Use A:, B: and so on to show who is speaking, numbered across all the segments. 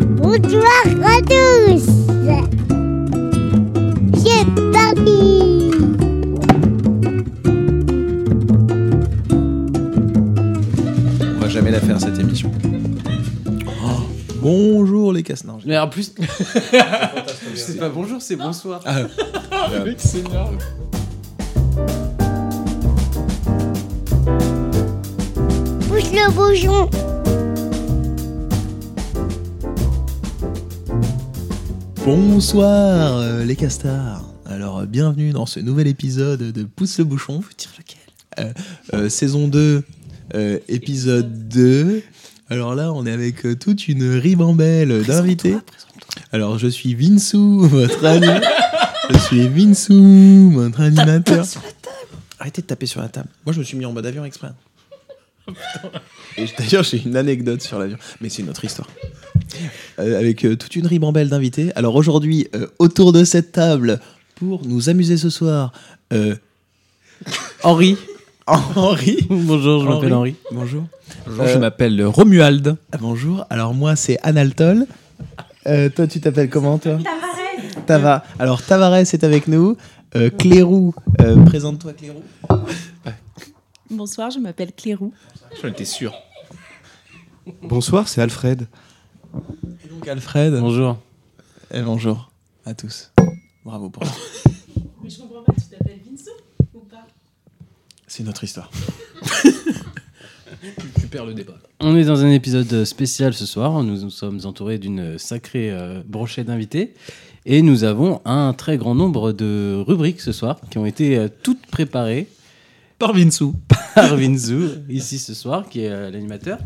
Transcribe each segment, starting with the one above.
A: Bonsoir à tous. C'est parti.
B: On va jamais la faire cette émission. Oh, bonjour les casse non, j'ai-
C: Mais en plus, c'est pas bonjour, c'est bonsoir.
B: Ah,
C: Le mec s'énerve.
A: Pousse le bouchon.
B: Bonsoir euh, les castars. Alors euh, bienvenue dans ce nouvel épisode de Pousse le bouchon. Vous dire lequel Saison 2, euh, épisode 2. Alors là, on est avec euh, toute une ribambelle d'invités. Alors je suis Vinsou, votre ami. je suis Vinsou, votre animateur. Arrêtez de taper sur la table. Moi, je me suis mis en mode avion exprès. Oh, Et D'ailleurs, j'ai une anecdote sur l'avion, mais c'est une autre histoire. Euh, avec euh, toute une ribambelle d'invités. Alors aujourd'hui, euh, autour de cette table, pour nous amuser ce soir, euh, Henri. Henri.
C: Bonjour, je m'appelle Henri.
B: Bonjour.
C: Bonjour,
B: je
C: m'appelle Romuald.
B: Ah, Bonjour. Alors moi, c'est Analtol. Euh, toi, tu t'appelles comment, toi Tavares. Alors Tavares est avec nous. Euh, Clérou, euh, présente-toi, Clérou.
D: Bonsoir, je m'appelle Clérou.
C: J'en étais sûr.
E: Bonsoir, c'est Alfred.
B: Et donc Alfred.
C: Bonjour.
B: Et bonjour à tous. Bravo pour ça.
D: Mais je comprends pas, tu t'appelles Vinso ou pas
B: C'est une autre histoire.
C: Tu perds le débat. On est dans un épisode spécial ce soir. Nous nous sommes entourés d'une sacrée euh, brochette d'invités. Et nous avons un très grand nombre de rubriques ce soir qui ont été euh, toutes préparées
B: Par Vinsou.
C: par Vinzou, ici ce soir, qui est euh, l'animateur.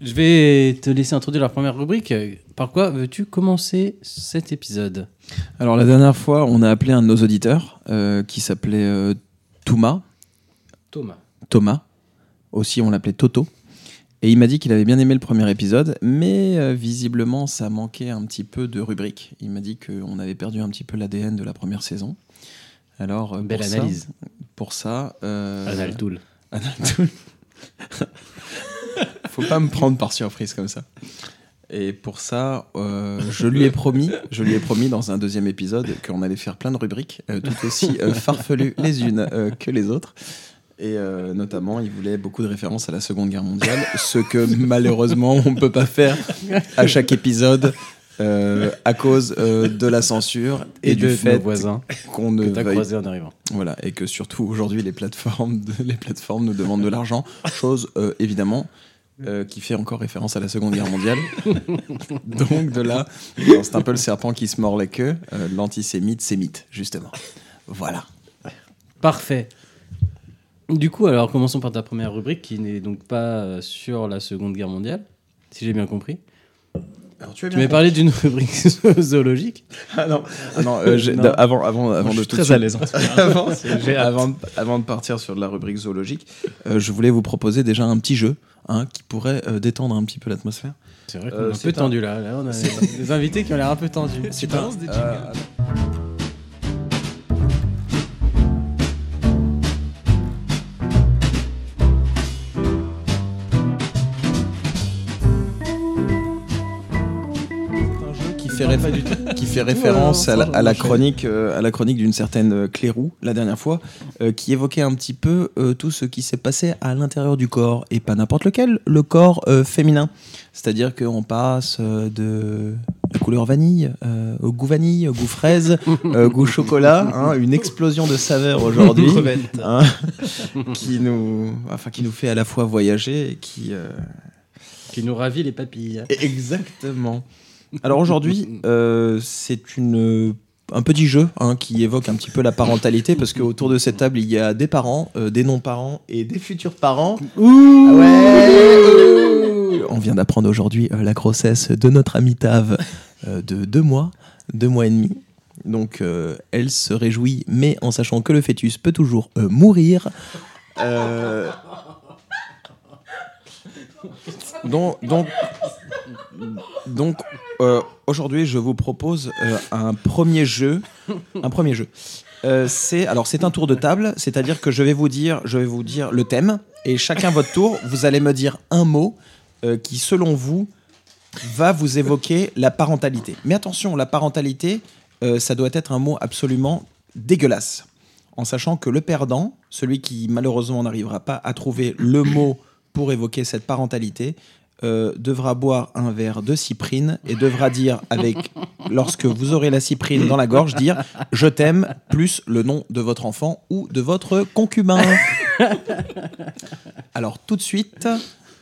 C: Je vais te laisser introduire la première rubrique. Par quoi veux-tu commencer cet épisode
F: Alors la dernière fois, on a appelé un de nos auditeurs euh, qui s'appelait euh, Touma,
C: Thomas.
F: Thomas, aussi on l'appelait Toto, et il m'a dit qu'il avait bien aimé le premier épisode, mais euh, visiblement ça manquait un petit peu de rubrique. Il m'a dit qu'on avait perdu un petit peu l'ADN de la première saison. Alors euh,
C: Belle
F: pour ça-
C: analyse.
F: pour ça, euh,
C: Analtoul.
F: Anal Tool. Faut pas me prendre par surprise comme ça. Et pour ça, euh, je lui ai promis, je lui ai promis dans un deuxième épisode qu'on allait faire plein de rubriques, euh, tout aussi euh, farfelues les unes euh, que les autres. Et euh, notamment, il voulait beaucoup de références à la Seconde Guerre mondiale, ce que malheureusement on peut pas faire à chaque épisode euh, à cause euh, de la censure et,
C: Et,
F: du
C: de nos
F: fait
C: voisins
F: qu'on
C: que
F: ne
C: t'as
F: veuille
C: croisé en arrivant.
F: voilà, et que surtout aujourd'hui les plateformes, de- les plateformes nous demandent de l'argent, chose euh, évidemment euh, qui fait encore référence à la Seconde Guerre mondiale. Donc de là, alors, c'est un peu le serpent qui se mord la queue, euh, l'antisémite, sémite, justement. Voilà.
C: Parfait. Du coup, alors commençons par ta première rubrique qui n'est donc pas euh, sur la Seconde Guerre mondiale, si j'ai bien compris.
F: tu
C: Tu m'as parlé d'une rubrique zoologique.
F: non, non, euh, j'ai-
C: Non.
F: d'a- avant, avant, avant de tout de suite-
C: l'aise.
F: avant, avant de- avant de partir sur de la rubrique zoologique, euh, je voulais vous proposer déjà un petit jeu hein, qui pourrait euh, détendre un petit peu l'atmosphère.
C: C'est vrai qu'on
F: Euh,
C: est un
F: c'est
C: peu
F: pas-
C: tendu là. Là, on a des invités qui ont l'air un peu tendus.
F: C'est
C: Tu
F: un-
C: balances des jingles.
F: euh, qui fait, réf- qui fait référence à la, à la chronique, euh, à la chronique d'une certaine euh, Cléroux la dernière fois, euh, qui évoquait un petit peu euh, tout ce qui s'est passé à l'intérieur du corps et pas n'importe lequel, le corps euh, féminin. C'est-à-dire qu'on passe euh, de la couleur vanille euh, au goût vanille, au goût fraise, euh, goût chocolat, hein, une explosion de saveurs aujourd'hui, hein, qui nous, enfin qui nous fait à la fois voyager et qui euh,
C: Qui nous ravit les papilles.
F: Exactement. Alors aujourd'hui, euh, c'est une euh, un petit jeu hein, qui évoque un petit peu la parentalité parce que autour de cette table il y a des parents, euh, des non-parents et des futurs parents. Ah ouais, ouh. On vient d'apprendre aujourd'hui euh, la grossesse de notre amie Tav euh, de deux mois, deux mois et demi. Donc euh, elle se réjouit, mais en sachant que le fœtus peut toujours euh, mourir. Euh, Donc, donc, donc euh, aujourd'hui, je vous propose euh, un premier jeu. Un premier jeu. Euh, c'est alors c'est un tour de table, c'est-à-dire que je vais vous dire, je vais vous dire le thème et chacun votre tour, vous allez me dire un mot euh, qui selon vous va vous évoquer la parentalité. Mais attention, la parentalité, euh, ça doit être un mot absolument dégueulasse. En sachant que le perdant, celui qui malheureusement n'arrivera pas à trouver le mot pour évoquer cette parentalité, euh, devra boire un verre de cyprine et devra dire avec lorsque vous aurez la cyprine dans la gorge dire je t'aime plus le nom de votre enfant ou de votre concubin. Alors tout de suite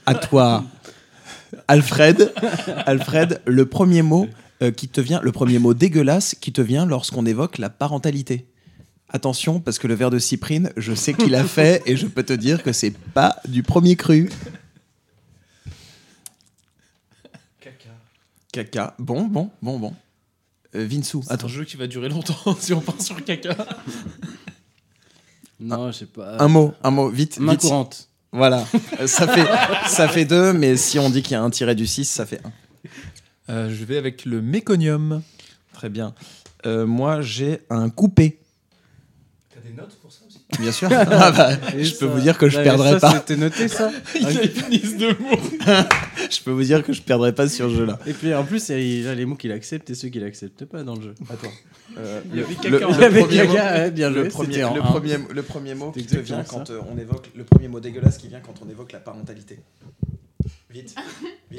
F: à toi Alfred Alfred le premier mot euh, qui te vient le premier mot dégueulasse qui te vient lorsqu'on évoque la parentalité. Attention parce que le verre de cyprine, je sais qu'il a fait et je peux te dire que c'est pas du premier cru. Caca. Bon, bon, bon, bon. Euh, Vinsou,
G: C'est un
F: attends.
G: jeu qui va durer longtemps si on part sur caca.
C: Non, je sais pas.
F: Un mot, un mot, vite.
C: Main
F: vite.
C: courante.
F: Voilà. Euh, ça, fait, ça fait deux, mais si on dit qu'il y a un tiré du 6, ça fait un.
G: Euh, je vais avec le méconium.
F: Très bien. Euh, moi, j'ai un coupé.
E: T'as des notes pour ça aussi
F: Bien sûr. Ah bah, je peux vous dire que je perdrai pas.
C: C'était noté ça.
F: Je peux vous dire que je perdrai pas sur ce jeu-là.
C: Et puis en plus, il a les mots qu'il accepte et ceux qu'il accepte pas dans le jeu. Attends.
F: Euh, Le,
G: caca en
C: Il y avait
F: premier mot-
C: Gaga, ouais, bien joué.
F: le premier,
C: c'était en
F: le
C: un.
F: premier, le premier mot qui te
C: exactement
F: vient quand
C: ça.
F: euh, on évoque le premier mot dégueulasse qui vient quand on évoque la parentalité. Vite. Vite.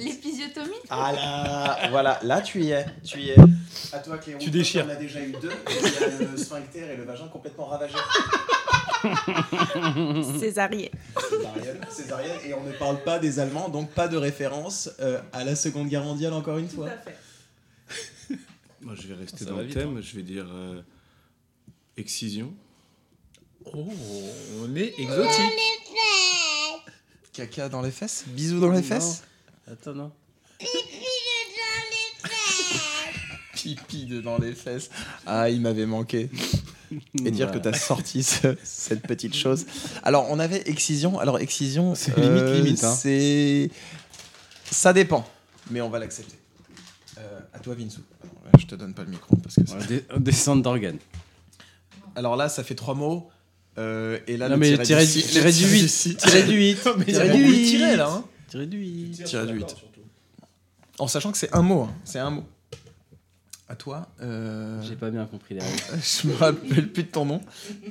H: L'épisiotomie
F: Ah là, voilà, là tu y es, tu y es. À toi Cléon.
G: Tu déchires.
F: On a déjà eu deux. Il y a le sphincter et le vagin complètement ravagés.
C: Mm,
H: Césarié.
F: Césarienne, césarienne, et on ne parle pas des Allemands, donc pas de référence euh, à la Seconde Guerre mondiale encore une
D: Tout
F: fois.
D: à fait.
E: Moi, je vais rester
G: Ça
E: dans
G: va
E: le
G: vite, hein.
E: thème. Je vais dire euh, excision.
G: Oh, on est exotique.
F: Caca dans les fesses, bisous dans les
C: Non.
F: fesses,
C: Attends, non.
F: pipi de dans les fesses. Ah, il m'avait manqué. Et dire que t'as sorti ce- cette petite chose. Alors, on avait excision. Alors, excision, euh,
E: C'est limite, limite, hein.
F: C'est ça dépend, mais on va l'accepter. Euh, à toi, Vinsou. Pardon, là, je te donne pas le micro parce que. ça-
C: Ouais, dé- Descente d'organes.
F: Alors là, ça fait trois mots. euh, et là,
C: Non,
F: le
C: mais tiré
F: six-
C: du- tiré du huit.
F: six-
C: Tiré du 8.
G: il y
C: Tiré
G: a
C: du
G: beaucoup de
C: 8.
G: tirés, là, hein.
C: Tiré du 8.
F: Tirage du 8. En sachant que c'est un mot, hein. c'est un mot. À toi, euh,
C: J'ai pas bien compris les règles.
F: je me rappelle plus de ton nom.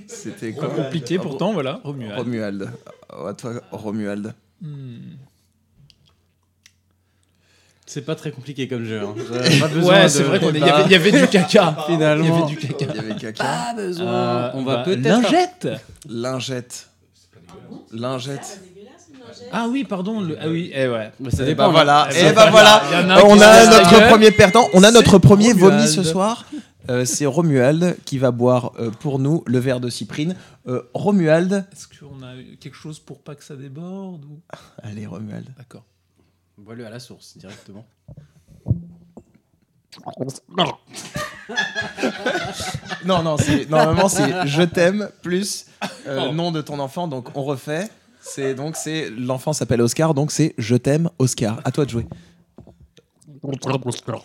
F: C'était
G: Pas
F: quoi
G: compliqué
F: Ro-
G: pourtant, voilà. Romuald.
F: Romuald. Oh, à toi, Romuald.
G: Hmm.
C: C'est pas très compliqué comme jeu. Hein. J'ai Pas besoin
G: Ouais,
C: de-
G: c'est vrai qu'on est. Il y avait- il y avait du caca. Il y
C: Finalement.
G: avait du caca.
F: Il y avait caca. Ah, bah.
C: Pas besoin.
G: Euh,
C: on va
G: bah,
C: peut-être.
G: Lingette
F: Lingette.
D: Ah bon
F: Lingette.
D: C'est pas dégueulasse, une lingette
G: Ah oui, pardon. le- Ah oui, eh ouais.
C: Bah, ça
F: Et
C: dépend.
F: bah voilà.
G: Eh
F: Et
G: ben
F: bah voilà.
G: Il y en a un
F: On
G: qui
F: a
G: se casse la
F: notre
G: gueule.
F: premier perdant. On a
G: C'est
F: notre premier vomi
G: Romuald.
F: ce soir. Euh, c'est Romuald qui va boire euh, pour nous le verre de cyprine. Euh, Romuald.
G: Est-ce qu'on a eu quelque chose pour pas que ça déborde ou...
F: Allez, Romuald.
G: D'accord.
C: Bois-le à la source directement.
F: Non, non, c'est, normalement c'est je t'aime plus euh, nom de ton enfant, donc on refait. C'est donc c'est l'enfant s'appelle Oscar, donc c'est je t'aime Oscar. À toi de jouer.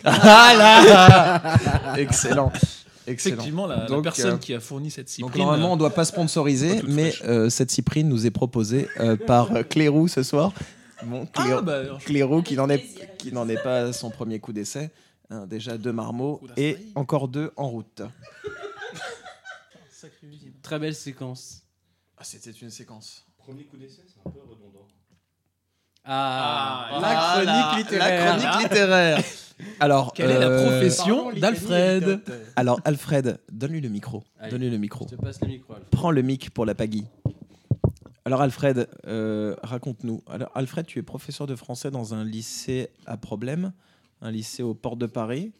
F: Ah là Excellent, excellent.
G: Effectivement, la, la
F: Donc,
G: personne
F: euh,
G: qui a fourni cette cyprine.
F: Donc normalement on doit pas sponsoriser, mais euh, cette cyprine nous est proposée euh, par euh, Clérou ce soir. Bon,
G: Ah,
F: Clérou,
G: bah, alors, je-
F: Clérou qui n'en est
D: Plaisir.
F: qui n'en est pas à son premier coup d'essai. Hein, déjà deux marmots
G: Oula,
F: et
G: ça y est.
F: encore deux en route.
C: Très belle séquence.
F: Ah, c'était une séquence.
E: Premier coup d'essai, c'est un peu redondant.
C: Ah,
G: Ah,
C: la
G: ah,
C: chronique
F: la-
C: littéraire.
F: La chronique littéraire. Alors,
G: Quelle est la
F: euh,
G: profession d'Alfred
F: Alors, Alfred, donne-lui le micro.
G: Ah
C: Allez.
F: Donne-lui le micro.
C: Je te passe le micro. Alf.
F: Prends le mic pour la pagille. Alors, Alfred, euh, raconte-nous. Alors, Alfred, tu es professeur de français dans un lycée à problème, un lycée aux portes de Paris,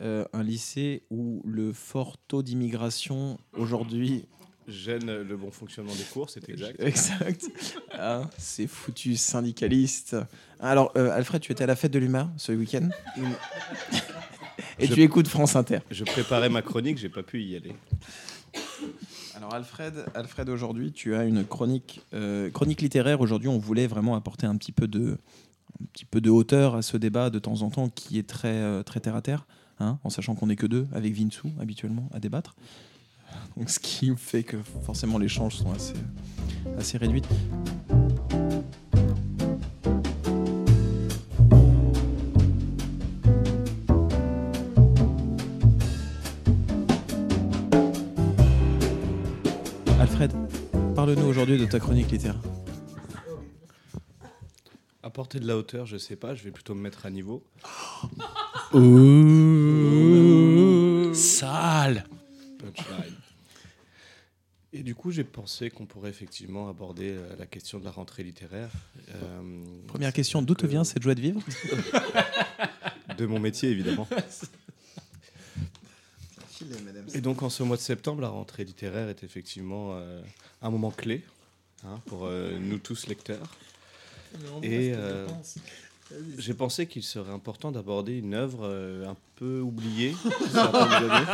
F: euh, un lycée où le fort taux d'immigration aujourd'hui
E: Gêne euh, le bon fonctionnement des cours, c'est exact.
F: Exact. Ah, c'est foutu syndicaliste. Alors, euh, Alfred, tu étais à la fête de l'humain ce week-end Et
E: Je-
F: tu écoutes France Inter.
E: Je préparais ma chronique, j'ai pas pu y aller.
F: Alors, Alfred, Alfred aujourd'hui, tu as une chronique, euh, chronique littéraire. Aujourd'hui, on voulait vraiment apporter un petit peu de, un petit peu de hauteur à ce débat de temps en temps qui est très, euh, très terre à terre, hein, en sachant qu'on n'est que deux avec Vinsou habituellement à débattre. Donc, ce qui fait que forcément les changes sont assez, assez réduites. Parle-nous aujourd'hui de ta chronique littéraire.
E: Apporter de la hauteur, je sais pas, je vais plutôt me mettre à niveau.
B: Sale
E: Punchline. Et du coup, j'ai pensé qu'on pourrait effectivement aborder euh, la question de la rentrée littéraire. euh,
F: Première question, d'où te
E: que-
F: vient cette joie de vivre
E: De mon métier, évidemment. Et donc, en ce mois de septembre, la rentrée littéraire est effectivement euh, un moment clé hein, pour euh, nous tous lecteurs. Et, euh, J'ai pensé qu'il serait important d'aborder une œuvre euh, un peu oubliée. certaines années.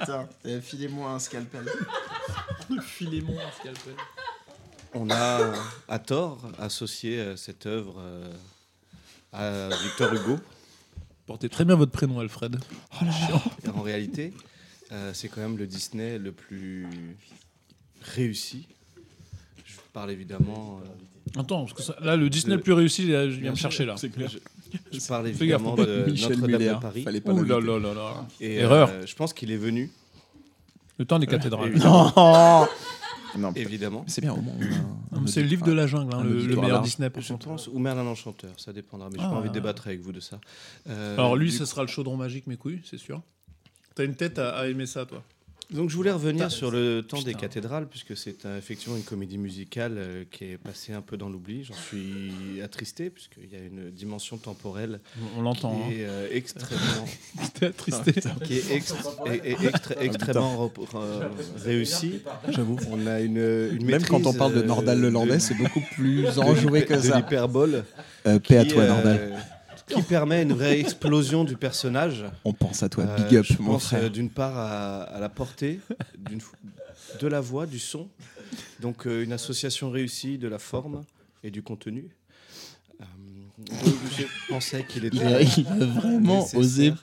H: Putain, euh, filez-moi un scalpel.
G: Filez-moi un scalpel.
E: On a, euh, à tort, associé euh, cette œuvre euh, à Victor Hugo.
G: Portez très bien votre prénom, Alfred.
E: Et en réalité, euh, c'est quand même le Disney le plus réussi. Je parle évidemment. euh,
G: Attends, parce que ça- là, le Disney
E: Le-
G: le plus réussi, là, je viens me chercher là.
E: Je parle
G: Fais gaffe,
E: évidemment
G: faut pas
E: de Notre-Dame de Paris.
B: Fallait pas
G: Ouh là
B: l'inviter.
G: là là là.
E: Et,
G: Erreur.
E: euh, je pense qu'il est venu,
G: Le temps des cathédrales.
E: Évidemment.
F: Non
E: évidemment.
F: C'est bien, au moins. on a-
G: Non,
F: on
G: mais
F: a
G: C'est le
F: dit-
G: livre de la jungle, hein,
F: Un
G: le, le
F: auditoire
G: meilleur
F: large.
G: Disney pour
E: Je
G: son temps.
E: pense, ou Merlin l'Enchanteur, ça dépendra, mais j'ai
G: Ah.
E: pas envie de débattre avec vous de ça. Euh,
G: Alors lui,
E: du-
G: ce sera le chaudron magique, mes couilles, c'est sûr. T'as une tête à, à aimer ça, toi.
E: Donc je voulais revenir sur le temps des
G: Putain.
E: cathédrales, puisque c'est euh, effectivement une comédie musicale euh, qui est passée un peu dans l'oubli. J'en suis attristé, puisqu'il y a une dimension temporelle
G: On l'entend. hein.
E: qui est euh, extrêmement
G: T'es attristé.
E: qui est, ext- est- est
B: Ah,
E: extra- extrêmement rep- euh, réussi.
F: J'avoue.
E: On a une, une
B: Même
E: maîtrise,
B: quand on parle de
E: euh,
B: Nordal le Landais, c'est beaucoup plus enjoué
E: l'hyper-
B: que
E: de
B: ça.
E: l'hyperbole.
B: Euh, paix à
E: qui,
B: toi,
E: euh,
B: Nordal.
E: Qui permet une vraie explosion du personnage.
B: On pense à toi.
E: Euh,
B: Big up,
E: je
B: mon
E: pense, euh,
B: frère.
E: d'une part à, à la portée, d'une f- de la voix, du son. Donc euh, une association réussie de la forme et du contenu. Euh, donc, je pensais qu'il
B: Il
E: était
B: a, il a vraiment
E: nécessaire.
B: osé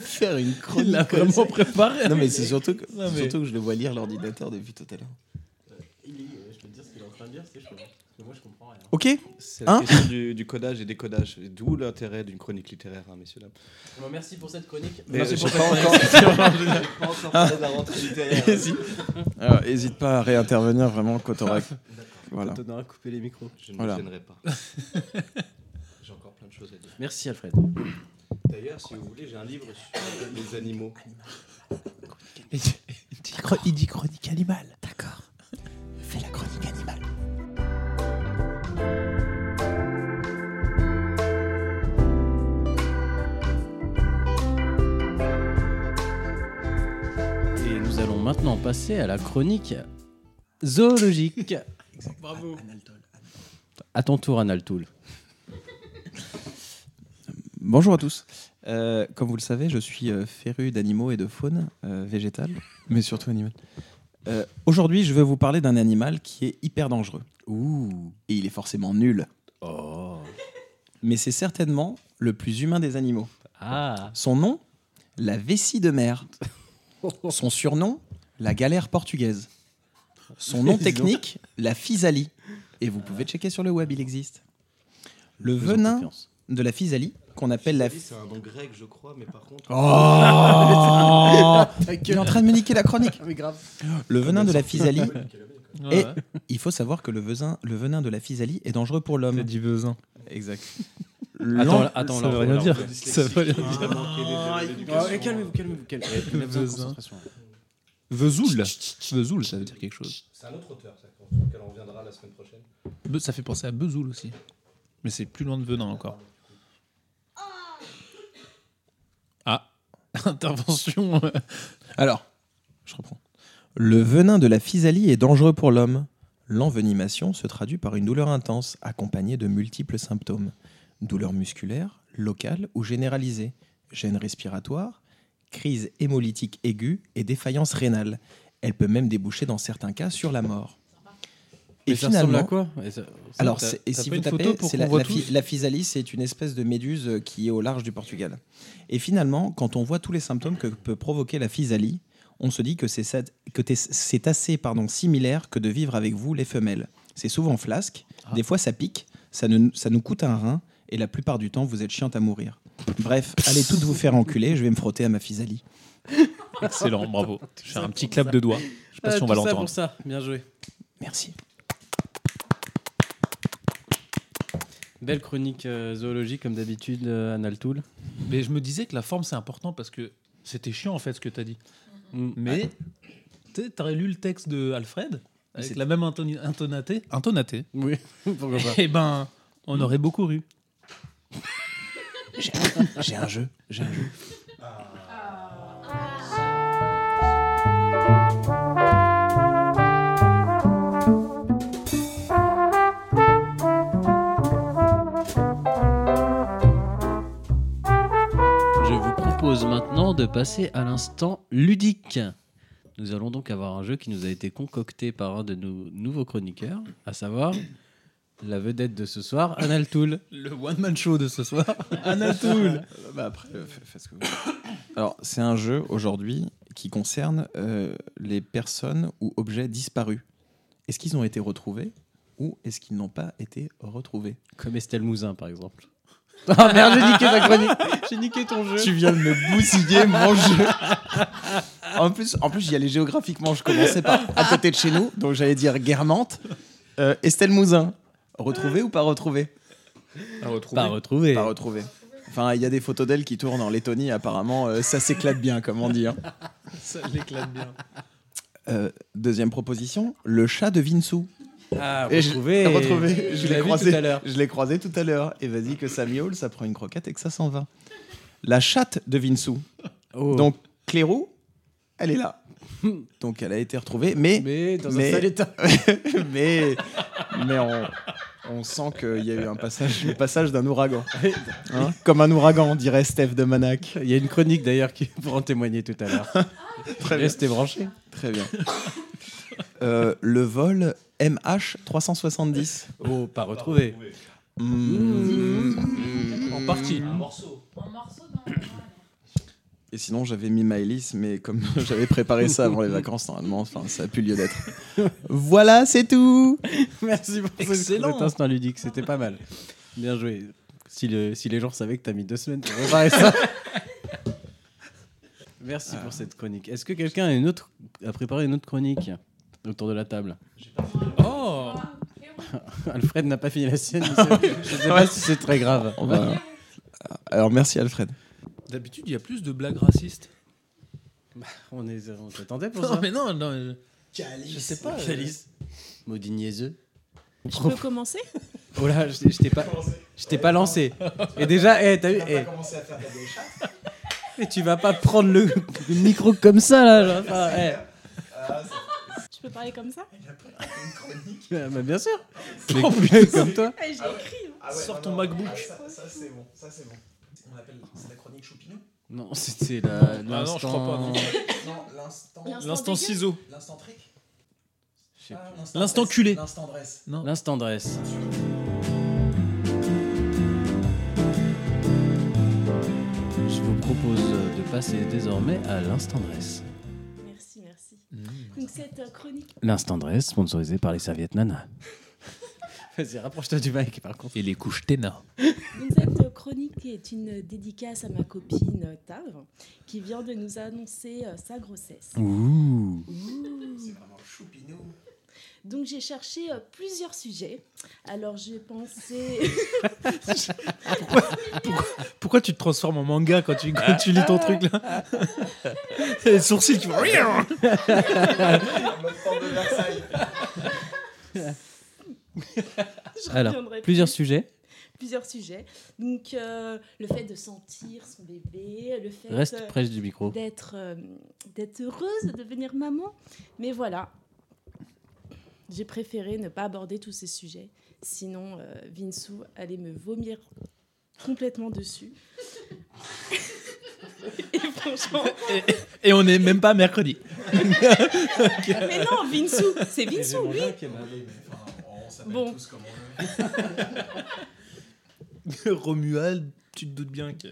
B: faire une chronique.
C: l'a
B: comme ça.
C: vraiment préparé.
F: Non, mais c'est surtout, que-
C: Non, mais-
F: surtout que je le vois lire l'ordinateur depuis tout à l'heure.
C: euh, Je peux te dire ce qu'il est en train de dire, c'est chaud. hein. Moi, je comprends rien.
F: Ok
E: C'est la
F: Hein
E: question du, du codage et décodage, et d'où l'intérêt d'une chronique littéraire, hein, messieurs dames.
C: merci pour cette chronique.
E: Mais
C: merci
E: j'ai
C: pour
E: pas
C: cette
E: encore-
C: chronique.
F: Hésite Alors, hésite pas à réintervenir vraiment quand t'auras. Voilà.
E: On aura coupé les micros. Je ne
F: Voilà.
E: me gênerai pas. j'ai encore plein de choses à dire.
C: Merci, Alfred.
E: D'ailleurs, si vous voulez, j'ai un livre sur les animaux.
F: Il dit chronique animale. D'accord. Fais la chronique animale.
C: Et nous allons maintenant passer à la chronique zoologique.
G: Bravo.
C: À ton tour, Analtoul.
F: Bonjour à tous. Euh, comme vous le savez, je suis euh, féru d'animaux et de faune euh, végétale, mais surtout animale. Euh, Aujourd'hui, je vais vous parler d'un animal qui est hyper dangereux. Ouh. Et il est forcément nul.
C: Oh.
F: Mais c'est certainement le plus humain des animaux.
C: Ah.
F: Son nom La vessie de mer. Son surnom La galère portugaise. Son nom technique La physalie. Et vous pouvez checker sur le web, il existe. Le
C: Faisons
F: venin
C: confiance.
F: de la physalie, qu'on appelle la.
E: C'est un nom grec, je crois, mais par contre.
F: Oh Il est en train de me niquer la chronique.
C: Ah,
F: Le venin de la physalie.
G: Ouais,
F: Et-
G: ouais.
F: Il faut savoir que le, vesin- le venin de la physalie est dangereux pour l'homme.
G: dit besoin.
F: Exact.
C: Attends,
F: L'en-
C: attends,
G: Ça veut rien dire. Ça veut rien dire.
E: Ah,
C: calmez-vous, calmez-vous, calmez-vous.
G: besoin de concentration. Vesoul. Vesoul, ça veut dire quelque chose.
E: C'est un autre auteur, ça, sur lequel on reviendra la semaine prochaine.
G: Be- ça fait penser à Bezoul aussi. Mais c'est plus loin de venin encore. Ah, intervention.
F: Alors, je reprends. Le venin de la physalie est dangereux pour l'homme. L'envenimation se traduit par une douleur intense accompagnée de multiples symptômes. Douleur musculaire, locale ou généralisée, gêne respiratoire, crise hémolytique aiguë et défaillance rénale. Elle peut même déboucher dans certains cas sur la mort. Et
C: Mais ça
F: finalement,
C: ressemble à quoi Et ça- ça,
F: alors
C: t'as-
F: c'est- et
G: t'as
F: si
G: pas
F: vous
G: une photo
F: tapez,
G: pour
F: c'est
G: qu'on
F: la,
G: voit
F: la phy-
G: tous
F: la physalie, c'est une espèce de méduse euh, qui est au large du Portugal. Et finalement, quand on voit tous les symptômes que peut provoquer la physalie, on se dit que c'est ça- que t'es- c'est assez pardon, similaire que de vivre avec vous les femelles. C'est souvent flasque,
G: Ah.
F: des fois ça pique, ça, ne- ça nous coûte un rein, et la plupart du temps vous êtes chiante à mourir. Bref, allez toutes vous faire enculer, je vais me frotter à ma physalie.
G: Excellent, bravo. Je vais faire un petit clap de doigts. Je sais pas si on va
C: Ah,
I: Euh,
C: tout ça
G: l'entendre.
C: pour ça. Bien joué.
F: Merci.
C: Belle chronique euh, zoologique, comme d'habitude, euh, Analtool.
I: Mais je me disais que la forme, c'est important parce que c'était chiant, en fait, ce que tu as dit.
C: Mm.
I: Mais tu sais, t'aurais lu le texte de Alfred avec
F: c'est-
I: la même intoni- Bah, intonaté, intonaté
C: Oui, pourquoi pas.
G: Eh
I: et ben, on aurait beaucoup ri.
F: J'ai un jeu. J'ai un jeu.
C: Je vous propose maintenant de passer à l'instant ludique. Nous allons donc avoir un jeu qui nous a été concocté par un de nos nouveaux chroniqueurs, à savoir la vedette de ce soir, Analtool.
I: Le one-man show de ce soir.
F: Bah après, euh, fa- faites ce que vous voulez. Alors, c'est un jeu aujourd'hui qui concerne euh, les personnes ou objets disparus. Est-ce qu'ils ont été retrouvés ou est-ce qu'ils n'ont pas été retrouvés
C: Comme Estelle Mouzin, par exemple. Ah merde, j'ai niqué ta chronique. J'ai niqué ton jeu.
F: Tu viens de me bousiller mon jeu En plus, en plus j'y allais géographiquement. Je commençais par à côté de chez nous, donc j'allais dire Guermantes. Euh, Estelle Mouzin, retrouvée ou pas retrouvée
C: Pas retrouvé.
F: Pas retrouvée. Enfin, il y a des photos d'elle qui tournent en Lettonie, apparemment. euh, ça s'éclate bien, comme on dit. hein.
I: Ça l'éclate bien.
F: Euh, deuxième proposition, le chat de Vinsou.
C: Ah,
F: Et je-
C: retrouvé.
F: retrouvé,
C: Tu
F: je
C: l'as
F: l'ai
C: vu
F: croisé
C: tout à l'heure.
F: Je l'ai croisé tout à l'heure. Et vas-y que ça miaule, ça prend une croquette et que ça s'en va. La chatte de Vinsou.
C: Oh.
F: Donc Clérou, elle est là. Donc elle a été retrouvée, mais
C: mais dans
F: mais-
C: un sale état.
F: mais mais on, on sent qu'il y a eu un passage, le passage d'un ouragan. Hein Comme un ouragan, dirait Steph de Manac.
C: Il y a une chronique d'ailleurs qui pour en témoigner tout à l'heure.
F: Très bien.
C: Restez branchés.
F: Très bien. Euh, le vol MH 370.
C: Oh, pas retrouvé.
I: En partie.
D: En morceaux dans
F: Et sinon, j'avais mis ma hélice, mais comme j'avais préparé ça avant les vacances, normalement, enfin, ça a plus lieu d'être. voilà, c'est tout
C: Merci pour Excellent. cet instant ludique, c'était pas mal. Bien joué. Si, le- si les gens savaient que t'as mis deux semaines pour préparer ça. Merci pour cette chronique. Est-ce que quelqu'un a, une autre- a préparé une autre chronique autour de la table
I: Oh
C: Alfred n'a pas fini la sienne. je sais- Je sais pas si c'est très grave.
F: On va- Alors, merci Alfred.
I: D'habitude, il y a plus de blagues racistes.
C: On est on s'attendait pour
I: Non,
C: ça.
I: mais non, non. Je, je sais pas. euh,
C: Calice. Maudit niaiseux.
D: Je peux commencer
C: Oh là, je t'ai- je t'ai pas, je t'ai pas lancé. Et déjà, eh, t'as vu eh. Et tu vas pas prendre le, le micro comme ça là. genre, enfin, eh.
D: Je peux parler comme ça
C: Bah, bah, bien sûr. Mais comme toi.
D: Ah, J'ai écrit. hein.
I: Ah Sors ton MacBook.
C: Non, c'était la.
I: Ah non, je crois pas, non. L'instant ciseau.
F: Ah,
I: L'instant culé.
C: L'instant dresse. Je vous propose euh, de passer désormais à l'instant dresse.
D: Merci, merci.
C: Mm.
D: Donc cette euh, chronique,
C: L'instant dresse sponsorisé par les serviettes Nana. Vas-y, rapproche-toi du mic par contre.
I: Et les couches Téna.
D: donc cette euh, chronique est une dédicace à ma copine euh, Tav, qui vient de nous annoncer euh, sa grossesse.
C: Ouh.
D: Donc j'ai cherché euh, plusieurs sujets. Alors j'ai pensé.
I: Pourquoi tu te transformes en manga quand tu, quand tu lis ton truc là Les sourcils qui vont.
D: Je
C: Alors,
D: reviendrai
C: Plusieurs sujets.
D: plusieurs sujets. Donc, euh, le fait de sentir son bébé, le fait
C: Reste
D: euh,
C: près du micro.
D: d'être euh, d'être heureuse de devenir maman. Mais voilà, j'ai préféré ne pas aborder tous ces sujets. Sinon, euh, Vinsou allait me vomir complètement dessus. Et franchement,
I: Et on n'est même pas mercredi.
D: mais non, Vinsou, c'est Vinsou, lui. Bon,
I: Romuald, tu te doutes bien que.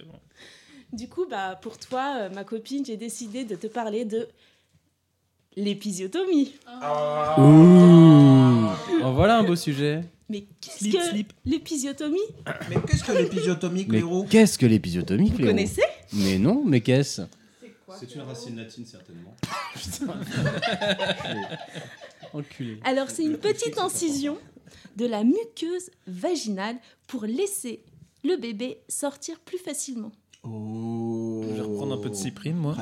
D: du coup, bah, pour toi, euh, ma copine, j'ai décidé de te parler de l'épisiotomie.
C: Ouh. En voilà un beau sujet.
D: Mais qu'est-ce
I: Slip,
D: que
I: slip.
D: l'épisiotomie
H: Mais qu'est-ce que l'épisiotomie,
C: Mais
H: Clérou
C: qu'est-ce que l'épisiotomie,
D: Vous
C: Cléo
D: connaissez
C: Mais non, mais qu'est-ce
E: C'est une racine latine, certainement.
C: Enculé.
D: Alors, c'est une petite incision de la muqueuse vaginale pour laisser le bébé sortir plus facilement.
I: Je vais reprendre un peu de cyprine, moi.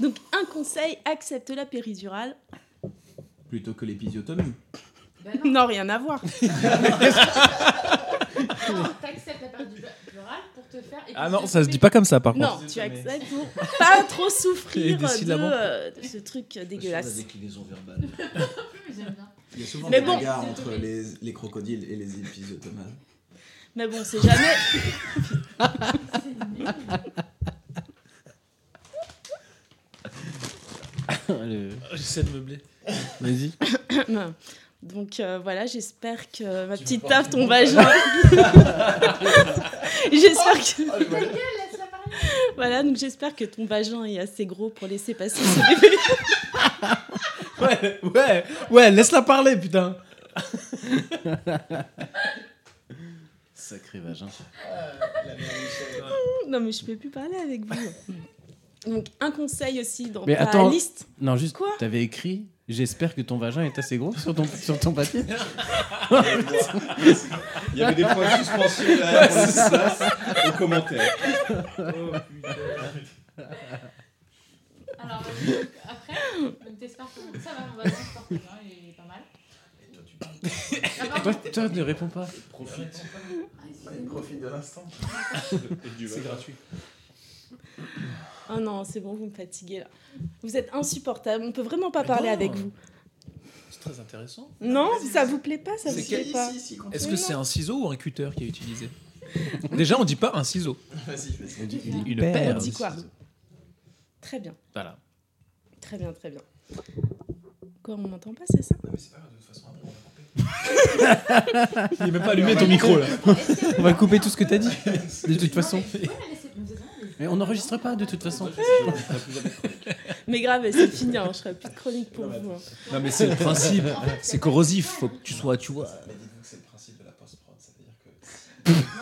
D: Donc, un conseil, accepte la péridurale.
F: Plutôt que l'épisiotomie.
I: Bah
D: Non, rien à voir.
J: T'acceptes la part du plural pour te faire.
I: Ah non, ça se dit pas comme ça, par contre.
D: Non, tu acceptes pour pas trop souffrir
I: des
D: de,
I: syllabes en
D: euh, de ce truc dégueulasse.
F: déclinaison verbale.
J: J'aime bien.
F: Il y a souvent
D: Mais
F: des
D: bon.
F: bagarres entre les, les crocodiles et les épisiotomates.
D: Mais bon, c'est jamais.
C: Le-
I: J'essaie de meubler.
C: Vas-y.
D: Donc euh, voilà, j'espère que ma petite taf, ton vagin. j'espère
I: Ah,
D: que.
J: Ta gueule, laisse-la parler.
D: Voilà, donc j'espère que ton vagin est assez gros pour laisser passer ce bébé.
I: Ouais, ouais, ouais, laisse-la parler, putain.
C: Sacré vagin.
I: Ah,
D: Non, mais je peux plus parler avec vous. Donc un conseil aussi dans
C: Mais
D: ta
C: attends.
D: liste.
C: Non, juste,
D: Quoi
C: t'avais écrit J'espère que ton vagin est assez gros sur ton, sur ton papier.
E: Il y avait des points de suspension là, pour le sas, aux commentaires.
J: Alors, euh, après, donc t'espères que ça va, on va s'en sortir. hein, Il est pas mal. Et toi,
C: toi, toi, ne réponds pas.
E: Profite.
J: tu
F: Profite de l'instant.
E: C'est gratuit.
D: Oh non, c'est bon, vous me fatiguez là. Vous êtes insupportable, on peut vraiment pas parler
I: non.
D: avec vous.
I: C'est très intéressant.
D: Non, ça vous plaît pas, ça vous plaît pas.
I: Est-ce
D: Mais
I: que
D: non.
I: c'est un ciseau ou un cutter qui est utilisé Déjà, on dit pas un ciseau.
J: vas-y.
I: Une
C: paire.
I: paire.
D: On dit
I: de
D: quoi
I: ciseaux.
D: Très bien,
I: Voilà.
D: très bien, très bien. Quoi, on m'entend pas, c'est ça
I: Il est même pas allumé ton micro là.
J: On
C: va couper tout ce que t'as dit.
I: De toute façon.
C: Mais on n'enregistre pas de toute façon.
D: Mais grave, c'est fini, hein, je serai plus de chronique pour vous. hein.
I: Non, mais c'est le principe. C'est corrosif. Faut que tu sois, tu vois.
J: Non,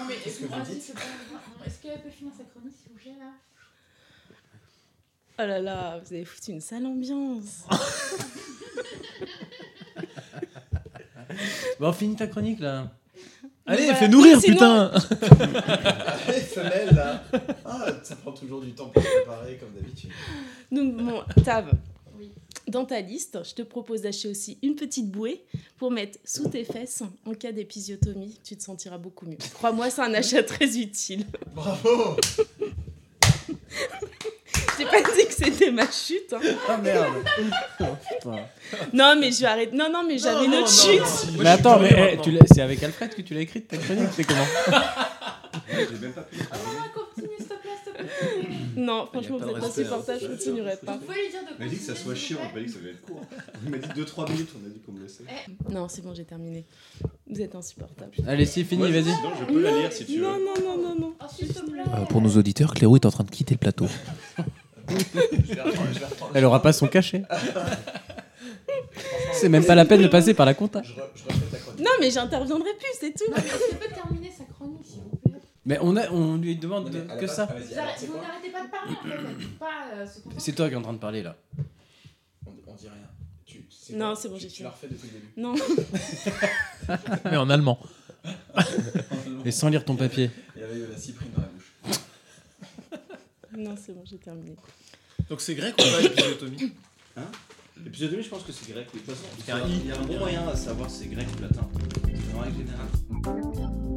J: mais est-ce que vous dites c'est pas- non, Est-ce qu'elle peut finir sa chronique, s'il vous plaît, là
D: Oh là là, vous avez foutu une sale ambiance.
C: Bon, finis ta chronique là.
I: Allez,
D: Voilà.
I: fais nourrir,
D: Sinon-
I: putain
F: Les femelles, là. Ah, ça prend toujours du temps pour préparer, comme d'habitude.
D: Donc bon, Tav,
J: Oui.
D: dans ta liste, je te propose d'acheter aussi une petite bouée pour mettre sous tes fesses en cas d'épisiotomie. Tu te sentiras beaucoup mieux. Crois-moi, c'est un achat très utile.
F: Bravo
D: J'ai pas dit que c'était ma chute. hein.
F: Ah merde
D: Non, mais je vais arrêter. Non, non, mais j'avais une autre chute.
C: mais attends, mais eh, tu l'as- c'est avec Alfred que tu l'as écrite ta chronique, c'est comment
E: J'ai même pas pu.
J: Oh non, continue, s'il te plaît, s'il te plaît.
D: Non, franchement, vous
I: pas de
D: êtes pas
I: respect,
D: supportable, je continuerai pas.
J: Vous pouvez lui dire de
E: On a dit que ça soit
J: continuer, s'il
E: chiant,
J: vous
E: on a pas
J: plaît.
E: dit que ça devait être court. On m'a dit 2-3 minutes, on a dit qu'on me laissait.
D: Non, c'est bon, j'ai terminé. Vous êtes insupportable.
C: Allez, c'est fini,
E: Moi,
C: vas-y.
E: Sinon, je peux la lire si tu
D: Non,
E: veux.
D: non, non, non, non.
J: Oh, s'il te plaît.
G: Euh, pour nos auditeurs, Cléro est en train de quitter le plateau.
C: Elle aura pas son cachet. C'est même pas la peine de passer par la compta.
D: Non, mais j'interviendrai plus, c'est tout.
J: Non, mais est-ce qu'elle peut terminer sa chronique, s'il vous plaît
C: Mais on, a, on lui demande de- que ça.
J: Vous arrêtez- Vous n'arrêtez pas de parler, en fait. Pas euh, se concentrer.
C: C'est toi qui es en train de parler là.
F: On dit rien. Tu,
D: Non, c'est bon, j'ai fini.
F: refais depuis le début.
D: Non,
I: Mais en allemand.
C: Mais sans lire ton papier.
F: Il y avait euh, la cyprine dans la bouche.
D: non, c'est bon, j'ai terminé.
I: Donc c'est grec ou pas l'épisiotomie
E: L'épisode 2, je pense que c'est grec. mais De toute façon, il y a un- il y a un bon moyen à savoir si c'est grec ou latin. En règle générale.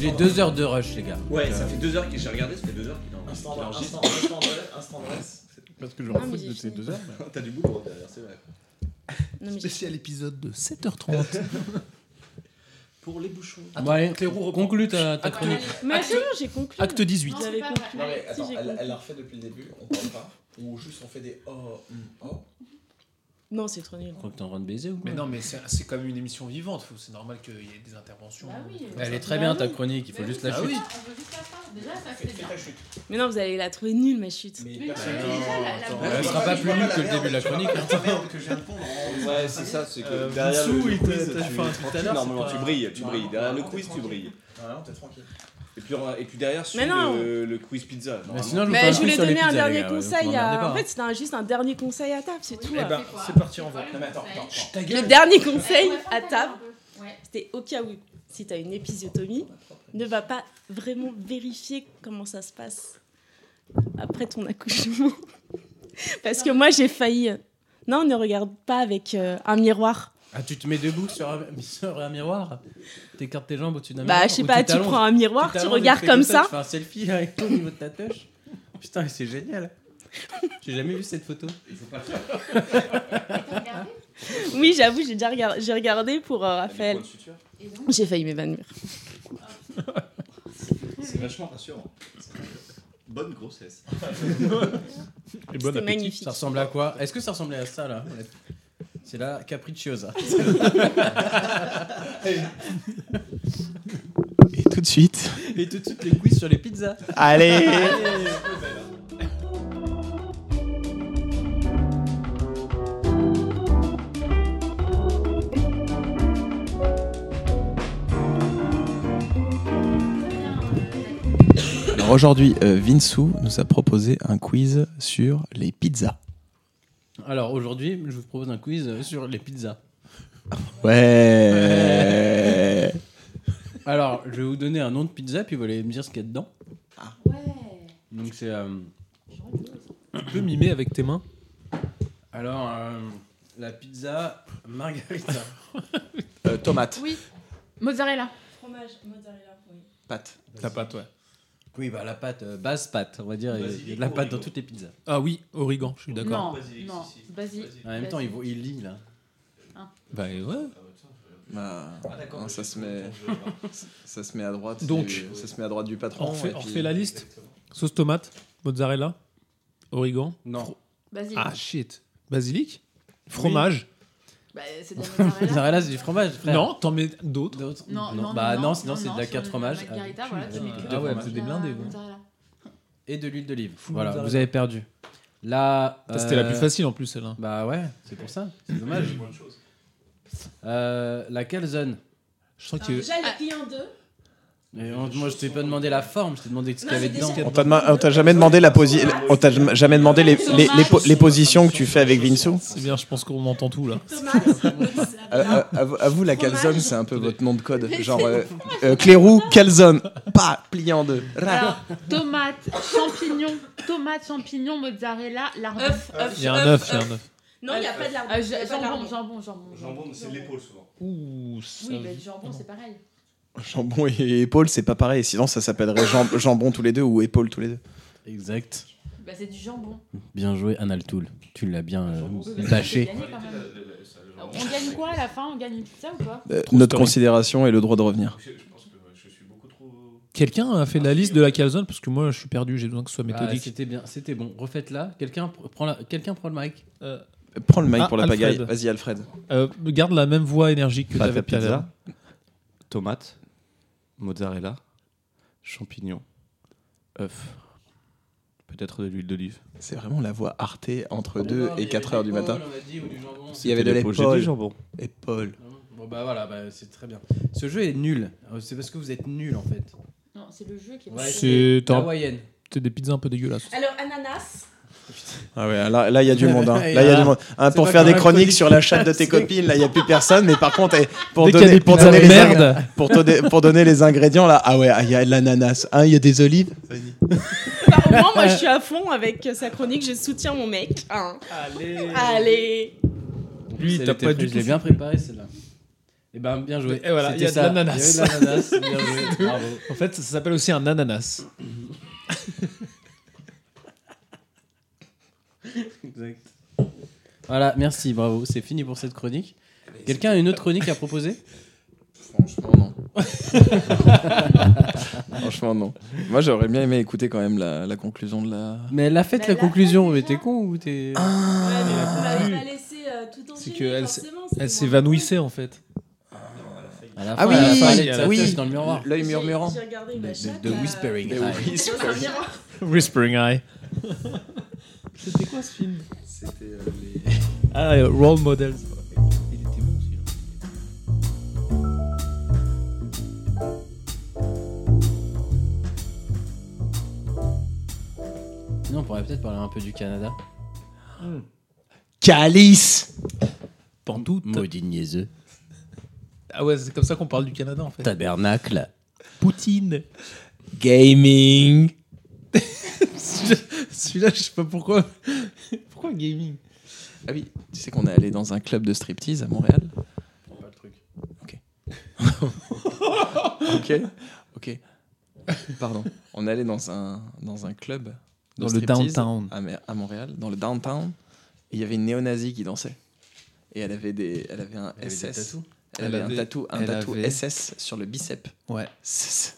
C: J'ai deux heures de rush, les gars.
E: Ouais,
C: Donc,
E: ça
C: euh,
E: fait 2 heures que j'ai regardé, ça fait 2 heures qu'il est en- qu'il
F: Instant,
E: enregistre.
F: instant, instant, de- instant de reste.
I: Parce que je
D: Ah, mais j'ai fini.
E: T'as du boulot derrière, c'est vrai.
D: Non, mais j'ai-
I: Spécial épisode de 7h30.
E: Pour les bouchons.
C: Bon, allez, conclue ta, ta
J: Voilà.
C: chronique.
D: Mais c'est bon, j'ai conclu.
I: Acte 18.
J: Non, c'est
D: J'avais
J: pas
D: compris.
F: Non
J: vrai.
F: mais attends,
D: Ah, Si, j'ai
F: elle,
D: compris.
F: elle la refait depuis le début, on parle pas. Ou juste on fait des oh, hmm, oh.
D: Non, c'est trop nul.
C: Crois que t'es en train de baiser ou quoi
I: Mais non, mais c'est c'est comme une émission vivante. faut- C'est normal qu'il y ait des interventions.
J: Bah oui.
I: comme
J: Bah,
I: ça.
C: Elle est très
D: Bah
C: bien
D: oui.
C: ta chronique, il faut juste la
I: Ah oui.
C: chute.
J: On veut juste la fin. Déjà, ça c'est bien.
D: Mais non, vous allez la trouver nulle, ma chute.
J: Mais
K: Bah,
J: déjà, la- la-
C: Elle sera pas plus nulle que le début de la chronique. hein.
E: Ouais, c'est ça, c'est que
I: Euh,
E: derrière
I: Poussou,
E: le,
I: il
E: le
I: t'a-
E: quiz,
I: t'as
E: tu
I: fait
E: es
I: un truc tout à
E: tranquille,
I: l'heure,
E: normalement,
I: c'est
E: tu
I: pas-
E: brilles, tu
I: Non,
E: brilles.
I: non,
E: Derrière
I: non,
E: le
I: t'es
E: quiz, tu
I: tranquille.
E: brilles.
I: t'es tranquille.
E: Et puis, on- et puis derrière, suit
D: Mais non.
E: le, le quiz pizza.
C: Mais
E: normalement.
C: sinon, vous fais un
D: Mais je
C: truc
D: voulais
C: sur les
D: donner un
C: pizzas, les
D: dernier
C: gars, ouais, vous
D: conseil à.
C: m'emmerdez pas,
D: En
C: hein.
D: fait, c'était un- juste un dernier conseil à table, c'est tout.
I: Eh
D: hein.
I: ben,
J: C'est quoi
I: c'est parti, on
J: C'est
I: va.
J: quoi
I: Non, mais attends,
J: le
I: attends,
J: conseil
I: chut, ta gueule.
D: Le dernier
J: Ouais,
D: conseil
J: on va faire
D: à
J: ta
D: table,
J: gueule un peu. Ouais.
D: c'était au cas où, si tu as une épisiotomie, ne va pas vraiment vérifier comment ça se passe après ton accouchement. Parce que moi, j'ai failli. Non, ne regarde pas avec euh, un miroir.
C: Ah, tu te mets debout sur un, sur un miroir T'écartes tes jambes au-dessus d'un miroir
D: Bah, je sais
C: ou
D: pas, tu
C: t'allonges-
D: prends un miroir, tu
C: t'allonges et
D: regardes
C: fais
D: comme ça.
C: Tu fais un selfie avec toi au niveau de ta touche. Putain, mais c'est génial. J'ai jamais vu cette photo.
J: T'as regardé
D: Oui, j'avoue, j'ai déjà regardé, j'ai regardé pour euh,
E: T'as des
D: Raphaël.
E: points de suture
J: Et donc,
D: J'ai failli m'évanouir.
E: C'est vachement rassurant. Bonne grossesse.
D: C'était magnifique.
C: Ça ressemble à quoi Est-ce que ça ressemblait à ça là C'est la capricciosa.
B: Et tout de suite.
C: Et tout de suite les quiz sur les pizzas.
B: Allez
F: Alors aujourd'hui, euh, Vinsou nous a proposé un quiz sur les pizzas.
C: Alors aujourd'hui, je vous propose un quiz euh, sur les pizzas.
F: Ouais.
C: Alors, je vais vous donner un nom de pizza puis vous allez me dire ce qu'il y a dedans.
J: ouais.
C: Donc c'est euh,
I: Tu peux mimer avec tes mains
C: alors euh, la pizza margarita.
F: Euh, tomate,
J: Oui. Mozzarella.
D: Fromage, mozzarella, oui.
F: pâte.
I: T'as pas, toi.
C: Oui, bah la pâte euh, base pâte, on va dire, il y a- il y a de la pâte dans toutes les pizzas.
I: Ah oui, origan, je suis d'accord.
J: Non, non. Vas-y.
C: En même temps, il, vaut- il lit là.
I: Bah ouais.
F: Ah, ça se met, ça se met à droite.
I: Ah, Donc.
F: du, ça se met à droite du patron.
I: On refait,
F: et
I: on
F: puis-
I: refait la liste sauce tomate, mozzarella, origan.
C: Non.
J: Vas-y.
I: Ah shit. Basilic, fromage.
J: Bah, c'est de la mozzarella.
C: Mozzarella, c'est du fromage, frère.
I: Non, t'en mets d'autres.
C: D'autres
J: Non, non,
C: Bah non,
J: non,
C: sinon
J: non,
C: c'est de
J: non,
C: la
J: sur
C: carte
J: le-
C: fromage.
J: la margarita,
C: Ah,
J: voilà, tu mets que
C: ah
J: deux
C: ouais,
J: fromages.
C: vous êtes des
J: La
C: blindés, vous.
J: mozzarella.
C: Et de l'huile d'olive.
I: Full
C: Voilà,
I: mozzarella.
C: vous avez perdu. La.
I: Ah, C'était
C: euh,
I: la plus facile en plus celle-là.
C: Bah ouais, c'est pour ça. C'est dommage. Euh, la calzone.
I: Je sens que
D: Déjà, il y a client 2.
J: Ah.
C: Mais on- moi, je t'ai pas demandé la forme, je t'ai demandé ce qu'il y avait dedans.
F: On t'a dema- on t'a jamais demandé la posi- on t'a jamais demandé les, les- les po- les positions que tu fais avec Vinsou.
I: c'est bien, je pense qu'on entend tout là.
F: Euh, euh, à, vous- à vous, la calzone, c'est un peu votre nom de code. Genre, euh, euh, Clérou, calzone, pas plié en deux. Ra-
J: Alors, tomate, champignon, tomate, champignon, mozzarella, lardon.
D: Œuf, œuf,
I: Il y a un œuf, il y a un œuf.
D: Non, il n'y a pas de lardon.
J: Euh,
D: il y a
J: ja-
D: pas de
J: jambon,
D: lardon.
J: jambon, jambon.
E: Jambon, mais c'est l'épaule souvent.
I: Ouh, ça-
J: Oui, mais le jambon, c'est pareil.
F: Jambon et épaule, c'est pas pareil. Sinon, ça s'appellerait jam- jambon tous les deux ou épaule tous les deux.
C: Exact.
J: Bah, c'est du jambon.
C: Bien joué, Analtool. Tu l'as bien euh,
J: J'ai
C: bâché.
J: gagné quand même. On gagne quoi à la fin On gagne une pizza ou quoi
F: Euh,
I: True
F: notre
I: story.
F: considération et le droit de revenir.
I: Quelqu'un a fait la liste de la calzone parce que moi je suis perdu, j'ai besoin que ce soit
C: Ah,
I: méthodique.
C: c'était bien, c'était bon. Refaites-la. Quelqu'un pr- prend, la... Quelqu'un prend le mic.
I: Euh,
F: Euh, Prends le mic
I: Ah,
F: pour la
I: Alfred.
F: pagaille. Vas-y, Alfred.
I: euh, garde la même voix énergique que
E: Pâte à
I: t'avais tout à l'heure.
E: pizza, tomate, mozzarella, champignons, œufs, peut-être de l'huile d'olive.
F: C'est vraiment la voix artée entre 2 et 4 heures du matin. Il y
E: C'était
F: avait de
E: l'épaule, j'ai dit
F: l'épaule.
E: jambon.
F: Épaule.
C: Bon bah voilà, bah, c'est très bien. Ce jeu est nul. Euh, C'est parce que vous êtes nul en fait.
J: Non, c'est le jeu qui est.
C: Ouais,
I: C'est t'as-
C: Hawaïenne.
I: t'as des pizzas un peu dégueulasses.
D: Alors, ananas.
F: Ah ouais, là, là, il y a du monde. hein.
C: Et
F: Là, il y a
C: là,
F: du monde. Hein,
C: c'est
F: pour
C: pas
F: faire
C: comme
F: des
C: la
F: chroniques
C: chronique.
F: sur la chatte de tes copines, là, il n'y a plus personne. Mais par contre, eh, pour
I: Dès qu'il y a
F: donner,
I: des
F: pour,
I: pizzas
F: donner
I: de
F: les
I: merde.
F: ingr- pour, donner, pour donner les ingrédients, là, ah ouais, ah, il y a de l'ananas. Hein, Il y a des olives.
D: Bah, au moins, moi, je suis à fond avec euh, sa chronique. Je soutiens mon mec. hein.
I: Allez.
D: Allez.
I: Lui,
C: Ah. C'est
I: t'as
C: le
I: pas
C: thé-
I: du
C: Je l'ai
I: tout
C: bien préparé celle-là. Et ben bien joué.
I: Et voilà, il y a
C: C'était
I: de
C: ça.
I: l'ananas.
C: Il y avait de l'ananas. bien joué. Bravo.
I: En fait, ça s'appelle aussi un ananas.
C: Voilà, merci, bravo. C'est fini pour cette chronique. Quelqu'un a une autre chronique à proposer
F: Franchement, non. Franchement, non. Moi, j'aurais bien aimé écouter quand même la, la conclusion de la.
C: Mais elle a fait
J: Mais
C: la
J: elle l'a
C: conclusion.
J: fait
C: Mais
J: déjà.
C: t'es con ou t'es Ah
J: Ah,
D: Ouais, mais vous m'avez pas laissé euh, tout
I: C'est
D: enchaîné.
I: qu'elle
D: forcément, c'est
I: elle
D: moins
I: s'évanouissait en fait.
C: À la
I: Ah
C: fin, à la
I: oui,
C: fin, elle était
I: oui.
C: à la tête dans le miroir. Ah,
F: L'œil murmurant.
D: J'ai regardé ma chatte,
C: The
D: euh,
C: Whispering
D: dans un
C: Eye.
D: miroir.
I: Whispering Eye. C'était quoi ce film C'était
F: euh,
I: Ah, euh, Role Models. Il était bon aussi.
C: Sinon, on pourrait peut-être parler un peu du Canada.
I: Calice Pantoute.
C: Maudit niaiseux.
I: Ah ouais, c'est comme ça qu'on parle du Canada en fait.
C: Tabernacle.
I: Poutine.
F: Gaming.
I: Celui-là- Celui-là, je sais pas pourquoi. pourquoi gaming
F: Ah oui, tu sais qu'on est allé dans un club de striptease à Montréal.
C: Pas le truc.
F: Ok, ok. Pardon. On est allé dans un, dans un club. de
I: Dans le
F: striptease
I: downtown.
F: À, Mer- à Montréal, dans le downtown. Et il y avait une néo-nazie qui dansait. Et elle avait, des, elle avait un
C: Elle avait des
F: SS.
C: tatous
F: elle, avait
I: Elle
F: un
I: avait-
F: tatou, un
I: elle
F: tatou
I: avait-
F: SS sur le bicep.
I: Ouais.
F: SS.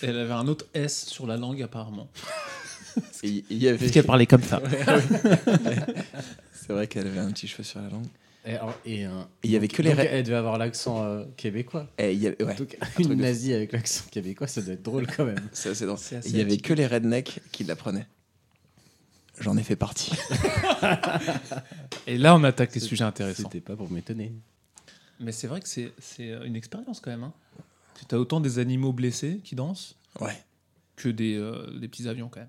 I: Elle avait un autre S sur la langue apparemment.
F: Et il- il y avait...
I: parlait comme ça.
F: C'est vrai qu'elle avait un petit cheveu sur la langue.
C: Et, alors- et un-
F: Il y avait
C: donc-
F: que les
C: donc,
F: raies.
C: Elle devait avoir l'accent euh, québécois.
F: Et eh, il y avait- ouais,
C: Donc,
F: truc
C: une
F: de
C: nazie avec l'accent québécois, ça doit être drôle quand même.
F: c'est assez drôle.
I: C'est
F: Et
I: assez
F: Il y avait
I: atypique.
F: que les rednecks qui la prenaient. J'en ai fait partie.
I: Et là, on attaque les sujets intéressants.
C: C'était pas pour m'étonner.
I: Mais c'est vrai que c'est c'est une expérience quand même. Hein. Tu as autant des animaux blessés qui dansent
F: Ouais.
I: que des, euh, des petits avions quand même.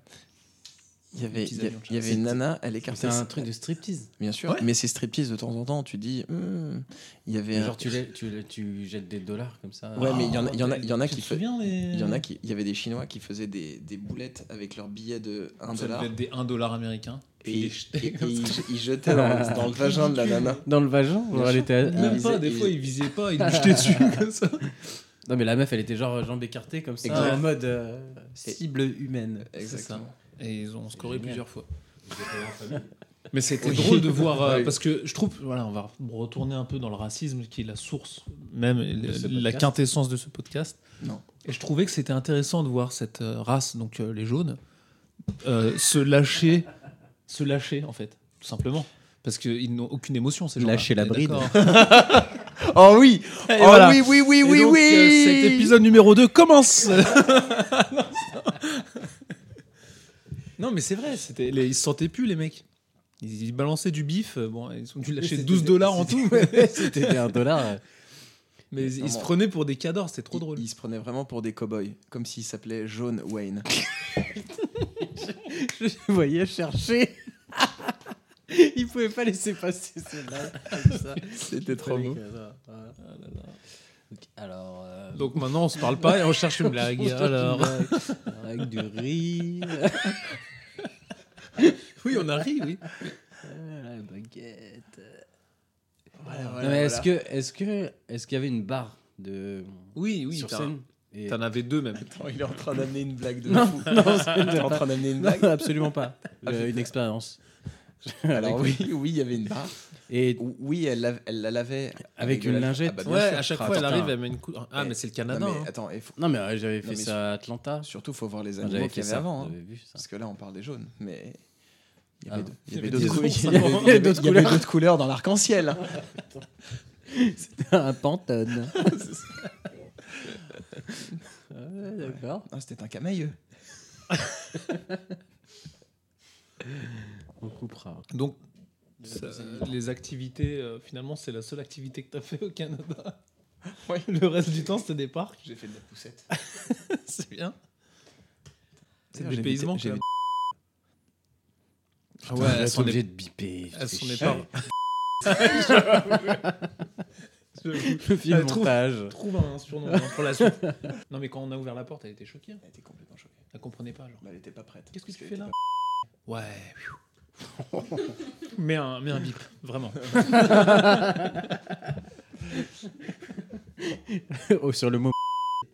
F: Il y avait,
I: petits
F: il y a-
I: avions,
F: il y avait
I: genre.
F: une nana, elle écartait
C: C'était un
F: sa-
C: truc de striptease.
F: Bien sûr,
I: Ouais.
F: mais c'est striptease de temps en temps, tu dis, Hmm, il y avait un-
C: Genre, tu, l'es- tu, l'es- tu jettes des dollars comme ça.
F: Ouais, mais il y en a- il y en a- il y en a
I: Ah, Tu
F: qui
I: te
F: fait-
I: souviens des-
F: il y en a qui, il y avait des Chinois qui faisaient des, des boulettes avec leurs billets de 1
I: Ça
F: dollar
I: devait être des 1 dollar américain.
F: et,
I: Puis
F: et-
I: des jetés
F: et
I: comme ça.
F: ils, ils jetaient dans, dans le vagin de la nana.
C: Dans le vagin genre, elle était à-
F: Ils
I: Même pas,
F: visaient-
I: des
F: ils-
I: fois ils visaient pas, ils nous jetaient dessus comme ça.
C: Non, mais la meuf, elle était genre euh, jambes écartées comme ça,
F: Exact.
C: en mode euh, cible humaine.
F: Exactement.
I: Et ils ont scoré
C: Génial.
I: plusieurs fois. Mais c'était drôle de voir, euh,
F: Oui.
I: parce que je trouve, voilà, on va retourner un peu dans le racisme qui est la source, même le-
C: ce
I: la
C: podcast.
I: quintessence de ce podcast.
F: Non.
I: Et je trouvais que c'était intéressant de voir cette euh, race, donc euh, les jaunes, euh, se lâcher, se lâcher en fait, tout simplement. Parce qu'ils n'ont aucune émotion, ces gens-là.
C: Lâcher la
I: On est
C: bride.
I: d'accord.
F: Oh oui,
I: Et
F: oh
I: voilà.
F: oui, oui, oui,
I: Et
F: oui,
I: donc,
F: oui.
I: euh, cet épisode numéro 2 commence Non, mais c'est vrai, c'était les- ils se sentaient plus, les mecs. Ils, ils balançaient du bif, euh, bon, ils ont dû lâcher 12 dollars en tout, mais,
C: C'était des un dollar. euh,
I: mais ils, ils se
F: Non,
I: prenaient pour des cadors, c'était trop
F: Ils-
I: drôle.
F: Ils se prenaient vraiment pour des cow-boys, comme s'ils s'appelaient John Wayne.
C: Je les voyais chercher. Ils pouvaient pas laisser passer celle-là.
F: C'était trop beau.
C: Alors. euh,
I: Donc maintenant, on se parle pas et on cherche une blague. Alors.
C: Avec du rire.
I: Oui, on arrive, oui.
C: Ah, La baguette.
F: Ah,
C: Est-ce que, est-ce que, est-ce qu'il y avait une barre de
I: Oui, oui,
C: sur
I: t'as-
C: scène et...
I: T'en avais deux même.
F: il est en train d'amener une blague de
C: Non,
F: fou.
C: non,
F: il est en train d'amener une blague.
C: Non, absolument pas. Euh, une expérience.
F: Alors oui, oui, il y avait une barre.
C: Et
F: Oui, elle, lave- elle la lavait
C: Avec
F: de
C: une
F: la-
C: lingette.
F: bah, bien
I: Ouais,
F: sûr.
I: à chaque
C: Attends,
I: fois, elle
C: attends.
I: arrive, elle met une coupe. Ah,
F: Eh,
I: mais c'est le
F: Non,
I: Canada. hein.
F: mais attends, il faut-
C: non mais euh, j'avais
F: Non,
C: fait
F: mais
C: ça à Atlanta.
F: surtout faut voir les
C: Enfin,
F: animaux
C: J'avais
F: qu'il
C: fait
F: y avait
C: ça.
F: avant. hein.
C: J'avais vu ça.
F: Parce que là, on parle des jaunes, mais il y
C: Ah
F: avait
C: non.
F: deux- il
I: Il y
F: y avait
I: avait
F: d'autres
I: des
F: couleurs.
I: ours,
F: Il y avait-
I: hein.
F: il y avait il y avait d'autres couleurs dans l'arc-en-ciel. hein.
C: un pantone. ouais, d'accord.
F: Ah, C'était un camailleux.
C: On coupera.
I: Donc, ça, les activités, euh, finalement, c'est la seule activité que tu as fait au Canada.
F: Ouais.
I: Le reste du temps, c'était des parcs.
F: J'ai fait de la poussette.
I: c'est bien. C'est
F: D'ailleurs,
I: des
F: j'ai
I: paysements,
F: évité- j'ai
I: quand même. Ah
C: Ouais,
I: ouais, elles
C: elles
I: sont
C: obligées
I: des
C: de biper.
I: elles
C: c'est
I: sont des
C: chier.
I: parents.
C: Le film
I: Elles trouvent-
C: montage.
I: Trouve un surnom hein, pour la suite. Non, mais quand on a ouvert la porte, elle était choquée. hein.
F: Elle était complètement choquée.
I: Elle comprenait pas, genre.
F: Mais Elle était pas prête.
I: Qu'est-ce que
F: Parce
I: tu
F: qu'elle était
I: fais là Ouais. mets, un, mets un bip, vraiment.
C: Oh, sur le mot.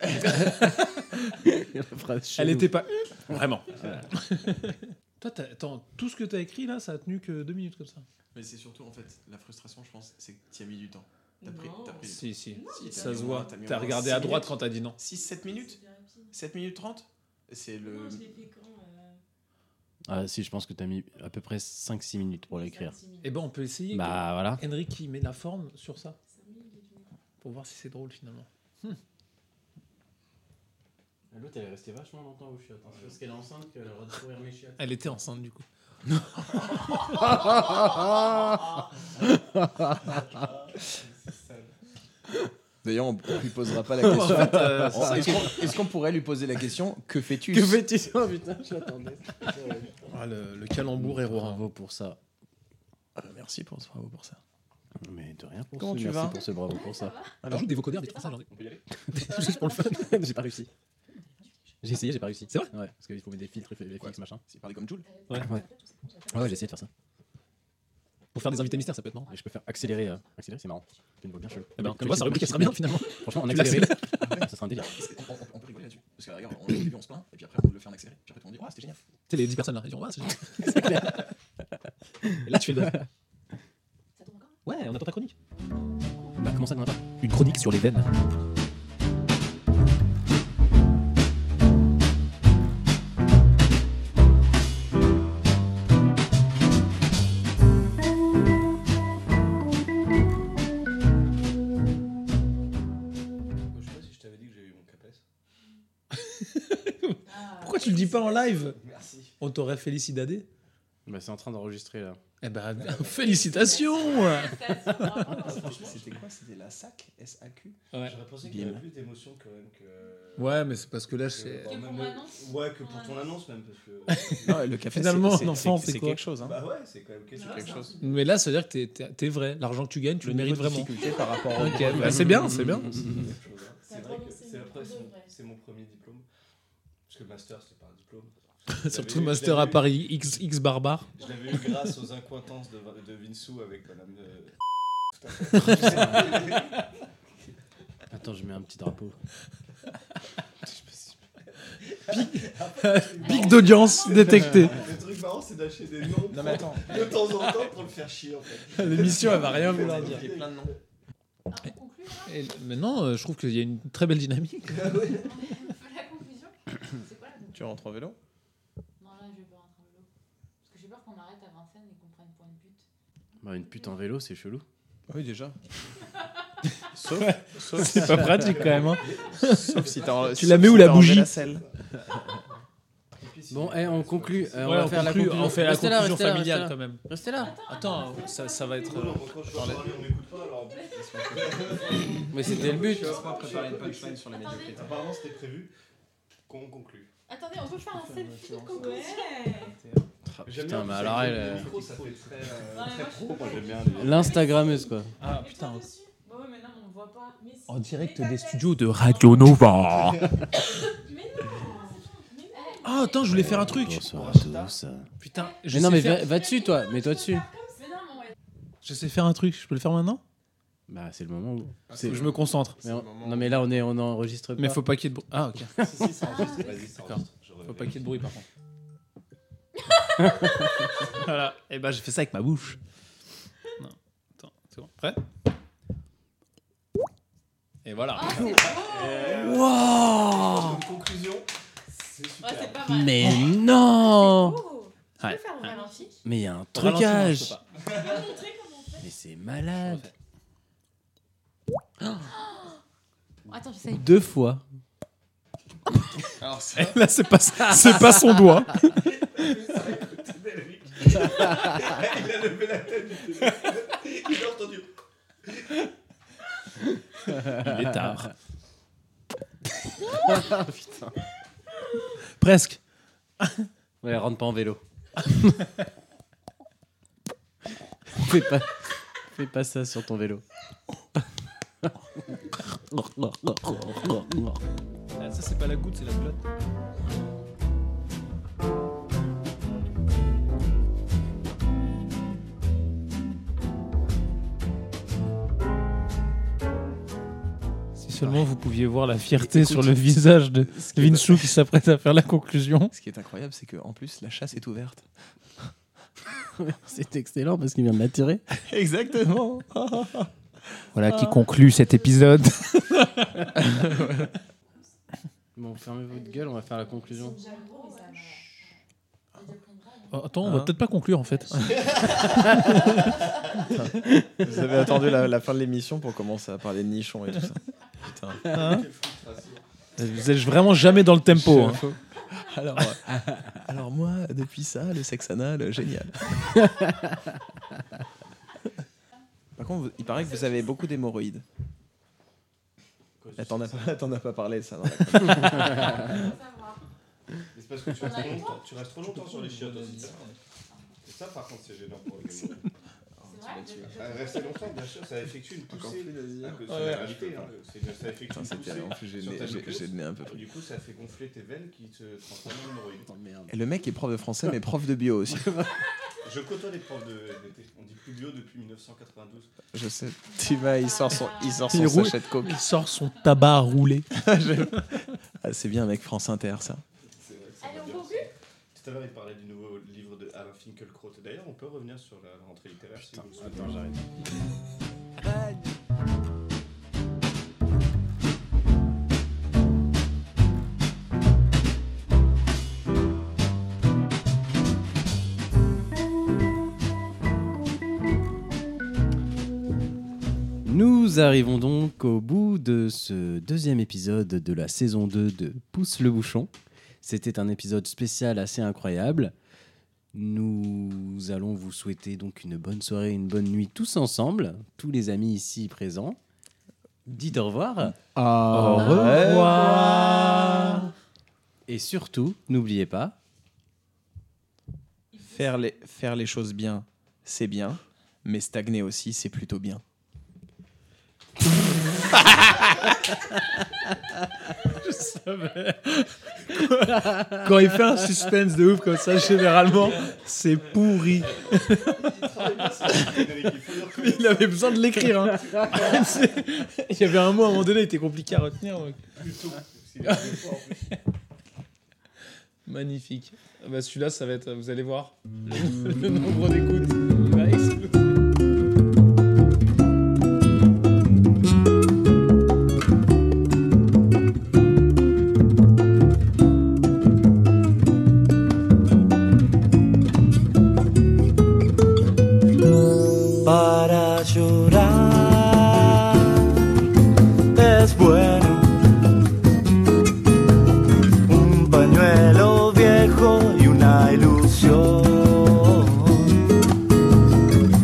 C: La phrase chelou.
I: Elle était pas. euh, Vraiment. Toi, t'as- attends, tout ce que t'as écrit là, ça a tenu que deux minutes comme ça.
F: Mais c'est surtout en fait la frustration, je pense, c'est que tu as mis du temps. T'as pris,
D: Non.
F: t'as pris.
I: Si, si.
F: Si, t'as
I: Ça
F: mis
I: se
F: au moins-
I: voit.
F: mis au
I: T'as
F: moins
I: regardé
F: six
I: à droite
F: minutes.
I: quand t'as dit non.
F: 6 7 minutes
J: C'est bien rapide.
F: 7 minutes 30 C'est le
J: Non, je l'ai fait quand euh,
C: Ah, si, je pense que tu as mis à peu près 5-6 minutes pour l'écrire.
I: Eh ben, on peut essayer.
C: Bah, voilà.
I: Henry qui met la forme sur ça. Pour voir si c'est drôle finalement.
C: L'autre, elle est restée vachement longtemps au chiottes. C'est parce qu'elle est enceinte qu'elle a découvert mes chiottes.
I: Elle était enceinte du coup.
F: D'ailleurs, on ne lui posera pas la question.
I: En fait, euh, c'est
F: Oh,
I: ça
F: Est-ce
I: qui est-
F: qu'on- est-ce qu'on pourrait lui poser la question Que fais-tu
C: Que fais-tu Oh putain, je l'attendais.
I: Ah, le, le calembour est roi.
C: Bravo pour ça.
F: Merci pour ce bravo pour ça.
C: Mais de rien pour
F: Comment
C: ce-
F: tu
C: merci
F: vas
C: pour ce bravo pour ça.
I: Alors, joue des vocodeurs, des trucs comme ça. Genre... Juste pour le fun.
C: j'ai pas réussi. J'ai essayé, j'ai pas réussi. C'est vrai Ouais, parce qu'il faut mettre des filtres, des fixes, machin.
F: C'est parlé comme Jules
C: Ouais, ouais. Ouais, j'ai essayé de faire ça.
I: Pour faire des invités mystères, ça peut être marrant.
C: Et je peux faire accélérer. euh, accélérer, c'est marrant. C'est une voix bien chelou.
I: Eh ben,
C: Comme
I: comme ça,
C: c'est-
I: ça rubrique, elle sera bien finalement.
C: Franchement, en
I: Tu
C: accéléré, ça sera un délire.
F: on, on- on peut rigoler là-dessus. Parce que regarde, on, au début, on se plaint, et puis après on le fait en accéléré. Puis après on dit Ah, c'était génial.
I: Tu sais, les 10 personnes là, ils diront, ouais, c'est génial. Et là, tu fais le.
J: Ça tombe encore
I: Ouais, on attend ta chronique.
C: Bah, comment ça, comment ça
I: Une chronique sur les veines.
E: Je sais pas si je t'avais dit que j'ai eu mon capes.
J: Ah,
I: Pourquoi tu le dis pas en live
E: Merci.
I: On t'aurait félicité.
C: Bah, c'est en train d'enregistrer là.
I: Eh ben, félicitations
J: félicitations, bravo.
F: Ah, C'était quoi C'était la SAC SAQ
E: J'aurais pensé
F: Bim.
E: qu'il y avait plus d'émotion quand même que.
I: Ouais, mais c'est parce que là,
E: que-
I: c'est.
E: bah,
J: Que pour
E: même-
J: l'annonce
E: Ouais, que pour ton annonce même. Parce que.
F: Non, le café,
I: Finalement,
F: c'est- c'est-
I: un enfant,
F: c'est-
I: c'est
F: c'est
I: quoi
F: quelque chose. Hein.
E: Bah ouais, c'est quand même
J: Non,
E: quelque
J: c'est
E: chose. hein.
J: un-
I: Mais là, ça veut dire que t'es- t'es t'es vrai. L'argent que tu gagnes, tu le, mérites
F: niveau de
I: vraiment.
F: difficulté par rapport au- euh,
I: Ok, bah, c'est bien, c'est bien.
E: C'est vrai que c'est
J: T'as
E: après, c'est mon-
J: prononcé
E: c'est mon premier diplôme. Parce que le master, c'est pas un diplôme.
I: Surtout
E: J'avais-
I: Master à
E: j'avais-
I: Paris, X, X barbare.
E: Je l'avais eu grâce aux incointances de, de Vinsou avec madame. euh,
C: Attends, je mets un petit drapeau.
I: Pic d'audience détecté.
E: Le truc marrant, c'est d'acheter des noms
F: Non, mais attends,
E: de temps en temps pour le faire chier en fait.
I: L'émission, elle va rien vouloir
F: il y a
I: dire.
F: plein de noms.
J: Ah, on conclut là
I: Et maintenant, euh, je trouve qu'il y a une très belle dynamique.
J: La conclusion C'est quoi la conclusion
F: Tu rentres en vélo
J: Non, là, je vais pas rentrer en vélo. Parce que j'ai peur qu'on m'arrête à Vincennes et qu'on me prenne pour une pute.
C: Bah, une pute en vélo, c'est chelou.
F: Oui, déjà.
I: C'est pas pratique quand même. hein.
F: Sauf si t'as.
I: Tu la mets où, la bougie
C: Bon, eh, on conclut. euh, on
I: Ouais,
C: va faire
I: conclut,
C: la conclusion.
I: on fait la
C: Restez là,
I: conclusion
C: restez là,
I: familiale
C: restez
I: quand même.
C: là. Restez là.
I: Attends, ça, ça va être. euh,
E: Quand je vais en parler, on m'écoute pas alors.
C: Mais c'était le but.
F: pas préparer une punchline sur la
J: Attendez,
E: Apparemment, c'était prévu qu'on conclue.
J: attendez, on peut faire un selfie de conclusion
C: Ah, Putain, mais alors
E: Le
C: elle.
E: micro, ça fait très, euh, très
J: Non, mais moi, je
E: pro.
J: suis
E: Moi,
J: pas
E: j'aime bien.
C: euh,
E: les-
C: L'Instagrammeuse, quoi.
I: Ah
J: Et
I: putain.
J: toi dessus Bah ouais, mais non, on voit pas. Mais si.
I: En direct
J: Mais
I: des
J: t'as-
I: studios de Radio Nova.
J: Mais non Mais non
I: Ah attends, je voulais faire un truc.
C: Bonsoir à tous.
I: Putain, je
C: Mais non,
I: sais
C: mais
I: faire-
C: va, va dessus, toi. Mets-toi dessus.
J: Mais non, mais on va
I: Je sais faire un truc, je peux le faire maintenant
C: Bah, c'est le moment où.
I: Faut que Ah, Je me concentre.
C: Mais on- Non, mais là, on est, on enregistre.
I: Mais
C: pas.
I: faut pas qu'il y ait de bruit. Ah ok.
E: Si, si, ça enregistre.
I: euh,
E: Vas-y, ça
I: D'accord.
E: enregistre. Je
I: Faut
E: reviens.
I: pas qu'il y ait de bruit par contre. voilà. Et ben j'ai fait ça avec ma bouche. Non. Attends, c'est bon. Prêt Et voilà.
J: Ah, c'est beau
I: Waouh
E: Comme conclusion, c'est super.
J: Ouais, c'est pas mal.
C: Mais non
J: Tu
I: Ouais.
J: peux faire au ralenti
C: Mais il y a un
I: Ralenti, non, je peux
C: trucage.
I: pas.
J: Tu peux montrer comment on fait
C: Mais c'est malade.
J: Attends, j'essaye.
C: Deux fois.
F: Alors, ça,
I: Là c'est pas c'est pas son doigt.
E: Il a levé la tête. du téléphone. Il a entendu.
I: Il est tard. Presque.
C: Ouais, rentre pas en vélo. fais, pas, fais pas ça sur ton vélo.
I: ça c'est pas la goutte, c'est la pelote. Si seulement vous pouviez voir la fierté
F: Écoute,
I: sur le visage de
F: ce qui est-
I: Vinsou qui s'apprête à faire la conclusion.
F: Ce qui est incroyable, c'est qu'en plus, la chasse est ouverte.
C: C'est excellent parce qu'il vient de l'attirer.
F: Exactement.
I: Voilà qui conclut cet épisode.
C: Bon, fermez votre gueule, on va faire la conclusion.
J: Ils sont jaloux, mais ça marche. Ils te prennent pas,
I: Oh, Attends, on va peut-être pas conclure en fait.
F: Vous avez attendu la, la fin de l'émission pour commencer à parler de nichons et tout ça. Putain.
I: Hein Vous êtes vraiment jamais dans le tempo.
B: Je-
I: hein.
B: Alors, euh, alors moi, depuis ça, le sexe anal, euh, génial.
F: Par contre, vous- il paraît que vous avez beaucoup d'hémorroïdes. Là, T'en as, pas- t'en as pas parlé, ça. Dans la
E: C'est parce que tu restes,
J: On
E: trop
J: a eu
E: longtemps, tu restes trop longtemps sur les chiottes aussi. Et ça, par contre, c'est gênant pour les gamins. Ah, Rester longtemps, bien sûr, ça effectue une poussée à cause de la gravité. hein. C'est- Ça effectue une
F: Putain, c'est
E: poussée.
F: terrible. En plus, j'ai
E: sur
F: le nez-
E: ta
F: j'ai-
E: muqueuse.
F: j'ai le nez un peu pris.
E: Du coup, ça fait gonfler tes veines qui se transforment en hémorroïdes.
F: Et le mec est prof de français, mais prof de bio aussi.
E: Je côtoie les profs de NDT. On dit plus bio depuis 1992.
F: Je sais. Tu vas, il sort son, il sort
I: Il
F: son
I: roule-
F: sachet de coke.
I: Il sort son tabac roulé.
F: Ah, c'est bien avec France Inter, ça.
E: C'est vrai que ça va bien. Tout à l'heure, il parlait du nouveau livre de Alain Finkielkraut. D'ailleurs, on peut revenir sur la rentrée littéraire si vous le souhaitez. Non, j'arrête.
C: Nous arrivons donc au bout de ce deuxième épisode de la saison 2 de Pousse le bouchon. C'était un épisode spécial assez incroyable. Nous allons vous souhaiter donc une bonne soirée, une bonne nuit tous ensemble, tous les amis ici présents. Dites au revoir. Ah.
F: Au revoir.
C: Et surtout, n'oubliez pas,
F: Faire les, faire les choses bien, c'est bien. Mais stagner aussi, c'est plutôt bien.
I: Je savais. Quand il fait un suspense de ouf comme ça, généralement, c'est pourri. Il avait besoin de l'écrire. hein. Il y avait un mot à un moment donné, il était compliqué à retenir. donc. Magnifique. Ah bah, Celui-là, ça va être. Vous allez voir. Le, le nombre d'écoutes. il va exploser.
K: Para llorar es bueno. Un pañuelo viejo y una ilusión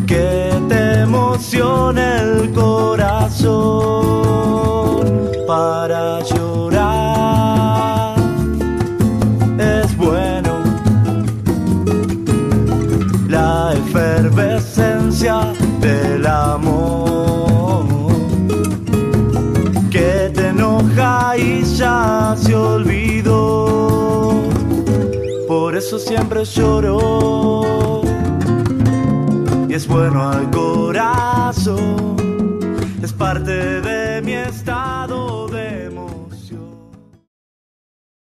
K: que te emociona el corazón. Para llorar es bueno. la efervescencia del amor que te enoja y ya se olvidó. Por eso siempre lloro y es bueno al corazón, es parte de mi estado de emoción.